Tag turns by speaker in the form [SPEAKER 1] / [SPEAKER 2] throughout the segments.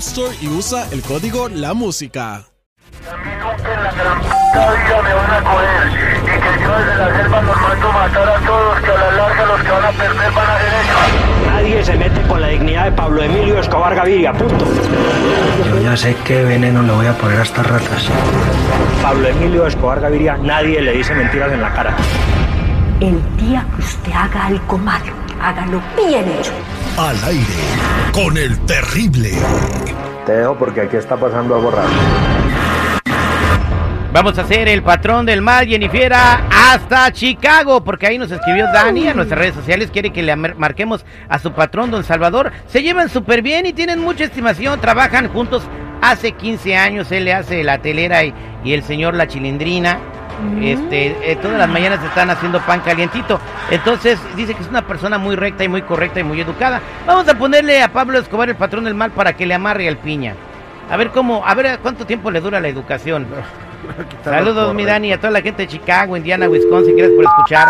[SPEAKER 1] Store y usa el código La Música.
[SPEAKER 2] A mí nunca en la gran puta vida me van a coger y que yo desde la selva los mando matar a todos que a la larga los que van a perder van a ser ellos.
[SPEAKER 3] Nadie se mete con la dignidad de Pablo Emilio Escobar Gaviria, punto.
[SPEAKER 4] Yo ya sé qué veneno le voy a poner a estas ratas.
[SPEAKER 3] Pablo Emilio Escobar Gaviria, nadie le dice mentiras en la cara.
[SPEAKER 5] El día que usted haga algo malo, hágalo bien hecho.
[SPEAKER 6] Al aire con el terrible.
[SPEAKER 7] Te dejo porque aquí está pasando algo raro.
[SPEAKER 8] Vamos a hacer el patrón del mal, Jennifiera, hasta Chicago, porque ahí nos escribió Dani a nuestras redes sociales, quiere que le mar- marquemos a su patrón, don Salvador. Se llevan súper bien y tienen mucha estimación, trabajan juntos hace 15 años, él le hace la telera y, y el señor la chilindrina. Este, eh, todas las mañanas están haciendo pan calientito. Entonces dice que es una persona muy recta y muy correcta y muy educada. Vamos a ponerle a Pablo Escobar el patrón del mal para que le amarre al piña. A ver cómo, a ver cuánto tiempo le dura la educación. Saludos, mi Dani, a toda la gente de Chicago, Indiana, Wisconsin, gracias por escuchar.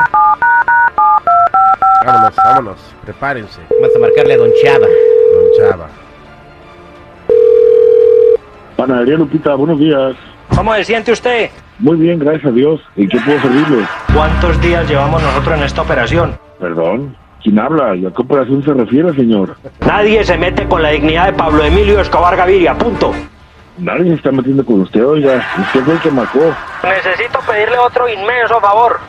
[SPEAKER 9] Vámonos, vámonos. Prepárense,
[SPEAKER 8] Vamos a marcarle a Don Chava.
[SPEAKER 9] don Chava.
[SPEAKER 2] Panadería Lupita, buenos días.
[SPEAKER 3] ¿Cómo se siente usted?
[SPEAKER 2] Muy bien, gracias a Dios. ¿En qué puedo servirle?
[SPEAKER 3] ¿Cuántos días llevamos nosotros en esta operación?
[SPEAKER 2] Perdón. ¿Quién habla? ¿Y a qué operación se refiere, señor?
[SPEAKER 3] Nadie se mete con la dignidad de Pablo Emilio Escobar Gaviria, punto.
[SPEAKER 2] Nadie se está metiendo con usted, oiga. Usted fue el que marcó.
[SPEAKER 3] Necesito pedirle otro inmenso favor.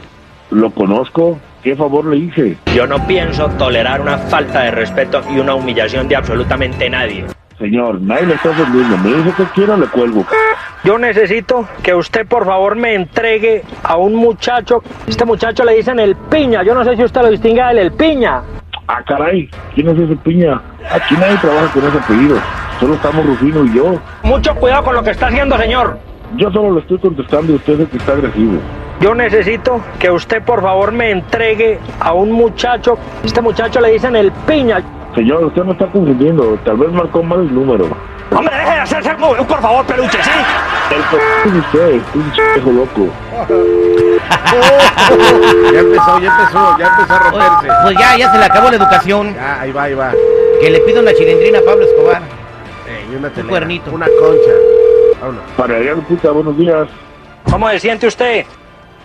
[SPEAKER 2] Lo conozco. ¿Qué favor le hice?
[SPEAKER 3] Yo no pienso tolerar una falta de respeto y una humillación de absolutamente nadie.
[SPEAKER 2] Señor, nadie le está ofendiendo. Me dice que quiero, le cuelgo.
[SPEAKER 3] Yo necesito que usted por favor me entregue a un muchacho. Este muchacho le dicen el piña. Yo no sé si usted lo distinga del el piña.
[SPEAKER 2] Ah, caray. ¿Quién es ese piña? Aquí nadie trabaja con ese apellido. Solo estamos Rufino y yo.
[SPEAKER 3] Mucho cuidado con lo que está haciendo, señor.
[SPEAKER 2] Yo solo le estoy contestando y usted es el que está agresivo.
[SPEAKER 3] Yo necesito que usted por favor me entregue a un muchacho. Este muchacho le dicen el piña.
[SPEAKER 2] Señor, usted me está confundiendo. Tal vez marcó mal el número.
[SPEAKER 3] Hombre, deje de hacerse el móvil, por favor, peluche, ¿sí?
[SPEAKER 2] El p- es usted, pinche viejo loco.
[SPEAKER 9] Ya empezó, ya empezó, ya empezó a
[SPEAKER 8] Pues,
[SPEAKER 9] romperse.
[SPEAKER 8] pues ya, ya se le acabó la educación.
[SPEAKER 9] Ya, ahí va, ahí va.
[SPEAKER 8] Que le pido una chilindrina a Pablo Escobar.
[SPEAKER 9] Eh, y una telera,
[SPEAKER 8] cuernito.
[SPEAKER 9] Una concha. Vámonos.
[SPEAKER 2] Para allá, puta, buenos días.
[SPEAKER 3] ¿Cómo se siente usted?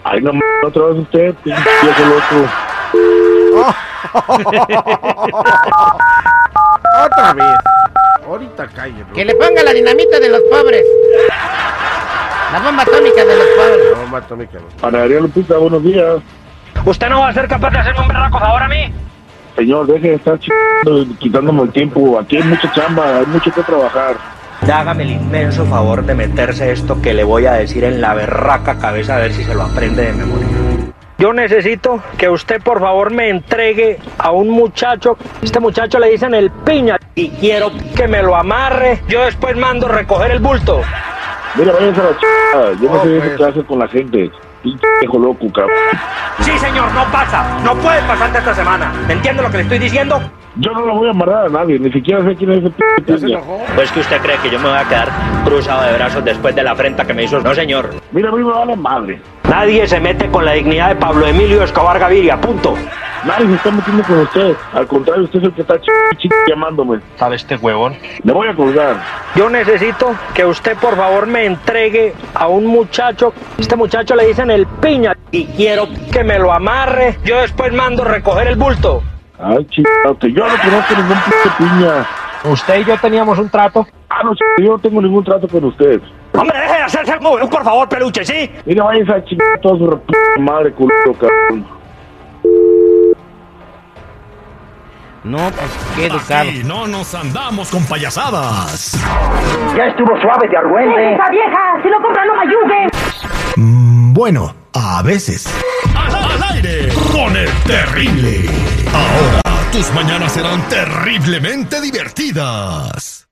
[SPEAKER 2] Ay, no, m- otra vez usted, pinche viejo loco.
[SPEAKER 9] Otra vez. Ahorita calle,
[SPEAKER 8] Que le ponga la dinamita de los pobres. La bomba atómica de los pobres.
[SPEAKER 9] No, mato mi cabrón.
[SPEAKER 2] Para allá, Lupita, buenos días.
[SPEAKER 3] ¿Usted no va a ser capaz de hacerme un berraco favor a mí?
[SPEAKER 2] Señor, deje de estar chingando, quitándome el tiempo. Aquí hay mucha chamba, hay mucho que trabajar.
[SPEAKER 3] Hágame el inmenso favor de meterse esto que le voy a decir en la berraca cabeza a ver si se lo aprende de memoria. Yo necesito que usted por favor me entregue a un muchacho. Este muchacho le dicen el piña y quiero que me lo amarre. Yo después mando recoger el bulto.
[SPEAKER 2] Mira, váyanse a la chingada. Yo no
[SPEAKER 9] Oh,
[SPEAKER 2] sé de
[SPEAKER 9] pues.
[SPEAKER 2] qué hace con la gente. Pinche viejo loco, cabrón.
[SPEAKER 3] Sí, señor, no pasa. No puede pasarte esta semana. ¿Me entiende lo que le estoy diciendo?
[SPEAKER 2] Yo no lo voy a amarrar a nadie, ni siquiera sé quién es ese
[SPEAKER 9] ¿Ya se
[SPEAKER 2] pinche.
[SPEAKER 9] enojó?
[SPEAKER 3] Pues que usted cree que yo me voy a quedar cruzado de brazos después de la afrenta que me hizo. No, señor.
[SPEAKER 2] Mira, a mí me vale madre.
[SPEAKER 3] Nadie se mete con la dignidad de Pablo Emilio Escobar Gaviria, punto.
[SPEAKER 2] Nadie se está metiendo con usted. Al contrario, usted es el que está ch- ch- llamándome.
[SPEAKER 3] ¿Sabe este huevón?
[SPEAKER 2] Le voy a colgar.
[SPEAKER 3] Yo necesito que usted por favor me entregue a un muchacho. Este muchacho le dicen el piña y quiero que me lo amarre. Yo después mando recoger el bulto.
[SPEAKER 2] Ay, chicote, yo no conozco ningún pinche piña.
[SPEAKER 3] Usted y yo teníamos un trato.
[SPEAKER 2] Ah, no, ch- yo no tengo ningún trato con usted.
[SPEAKER 3] Hombre, deje de hacerse el movido, por favor, peluche, ¿sí?
[SPEAKER 2] Mira, váyanse a chingar toda su rep- madre, culero, cabrón.
[SPEAKER 8] No, pues qué educado.
[SPEAKER 6] Aquí no nos andamos con payasadas.
[SPEAKER 3] Ya estuvo suave de argüente.
[SPEAKER 5] ¡Esa vieja! ¡Si lo compra, no me ayude!
[SPEAKER 6] Mm, Bueno, a veces. Al, al aire con el terrible. Ahora tus mañanas serán terriblemente divertidas.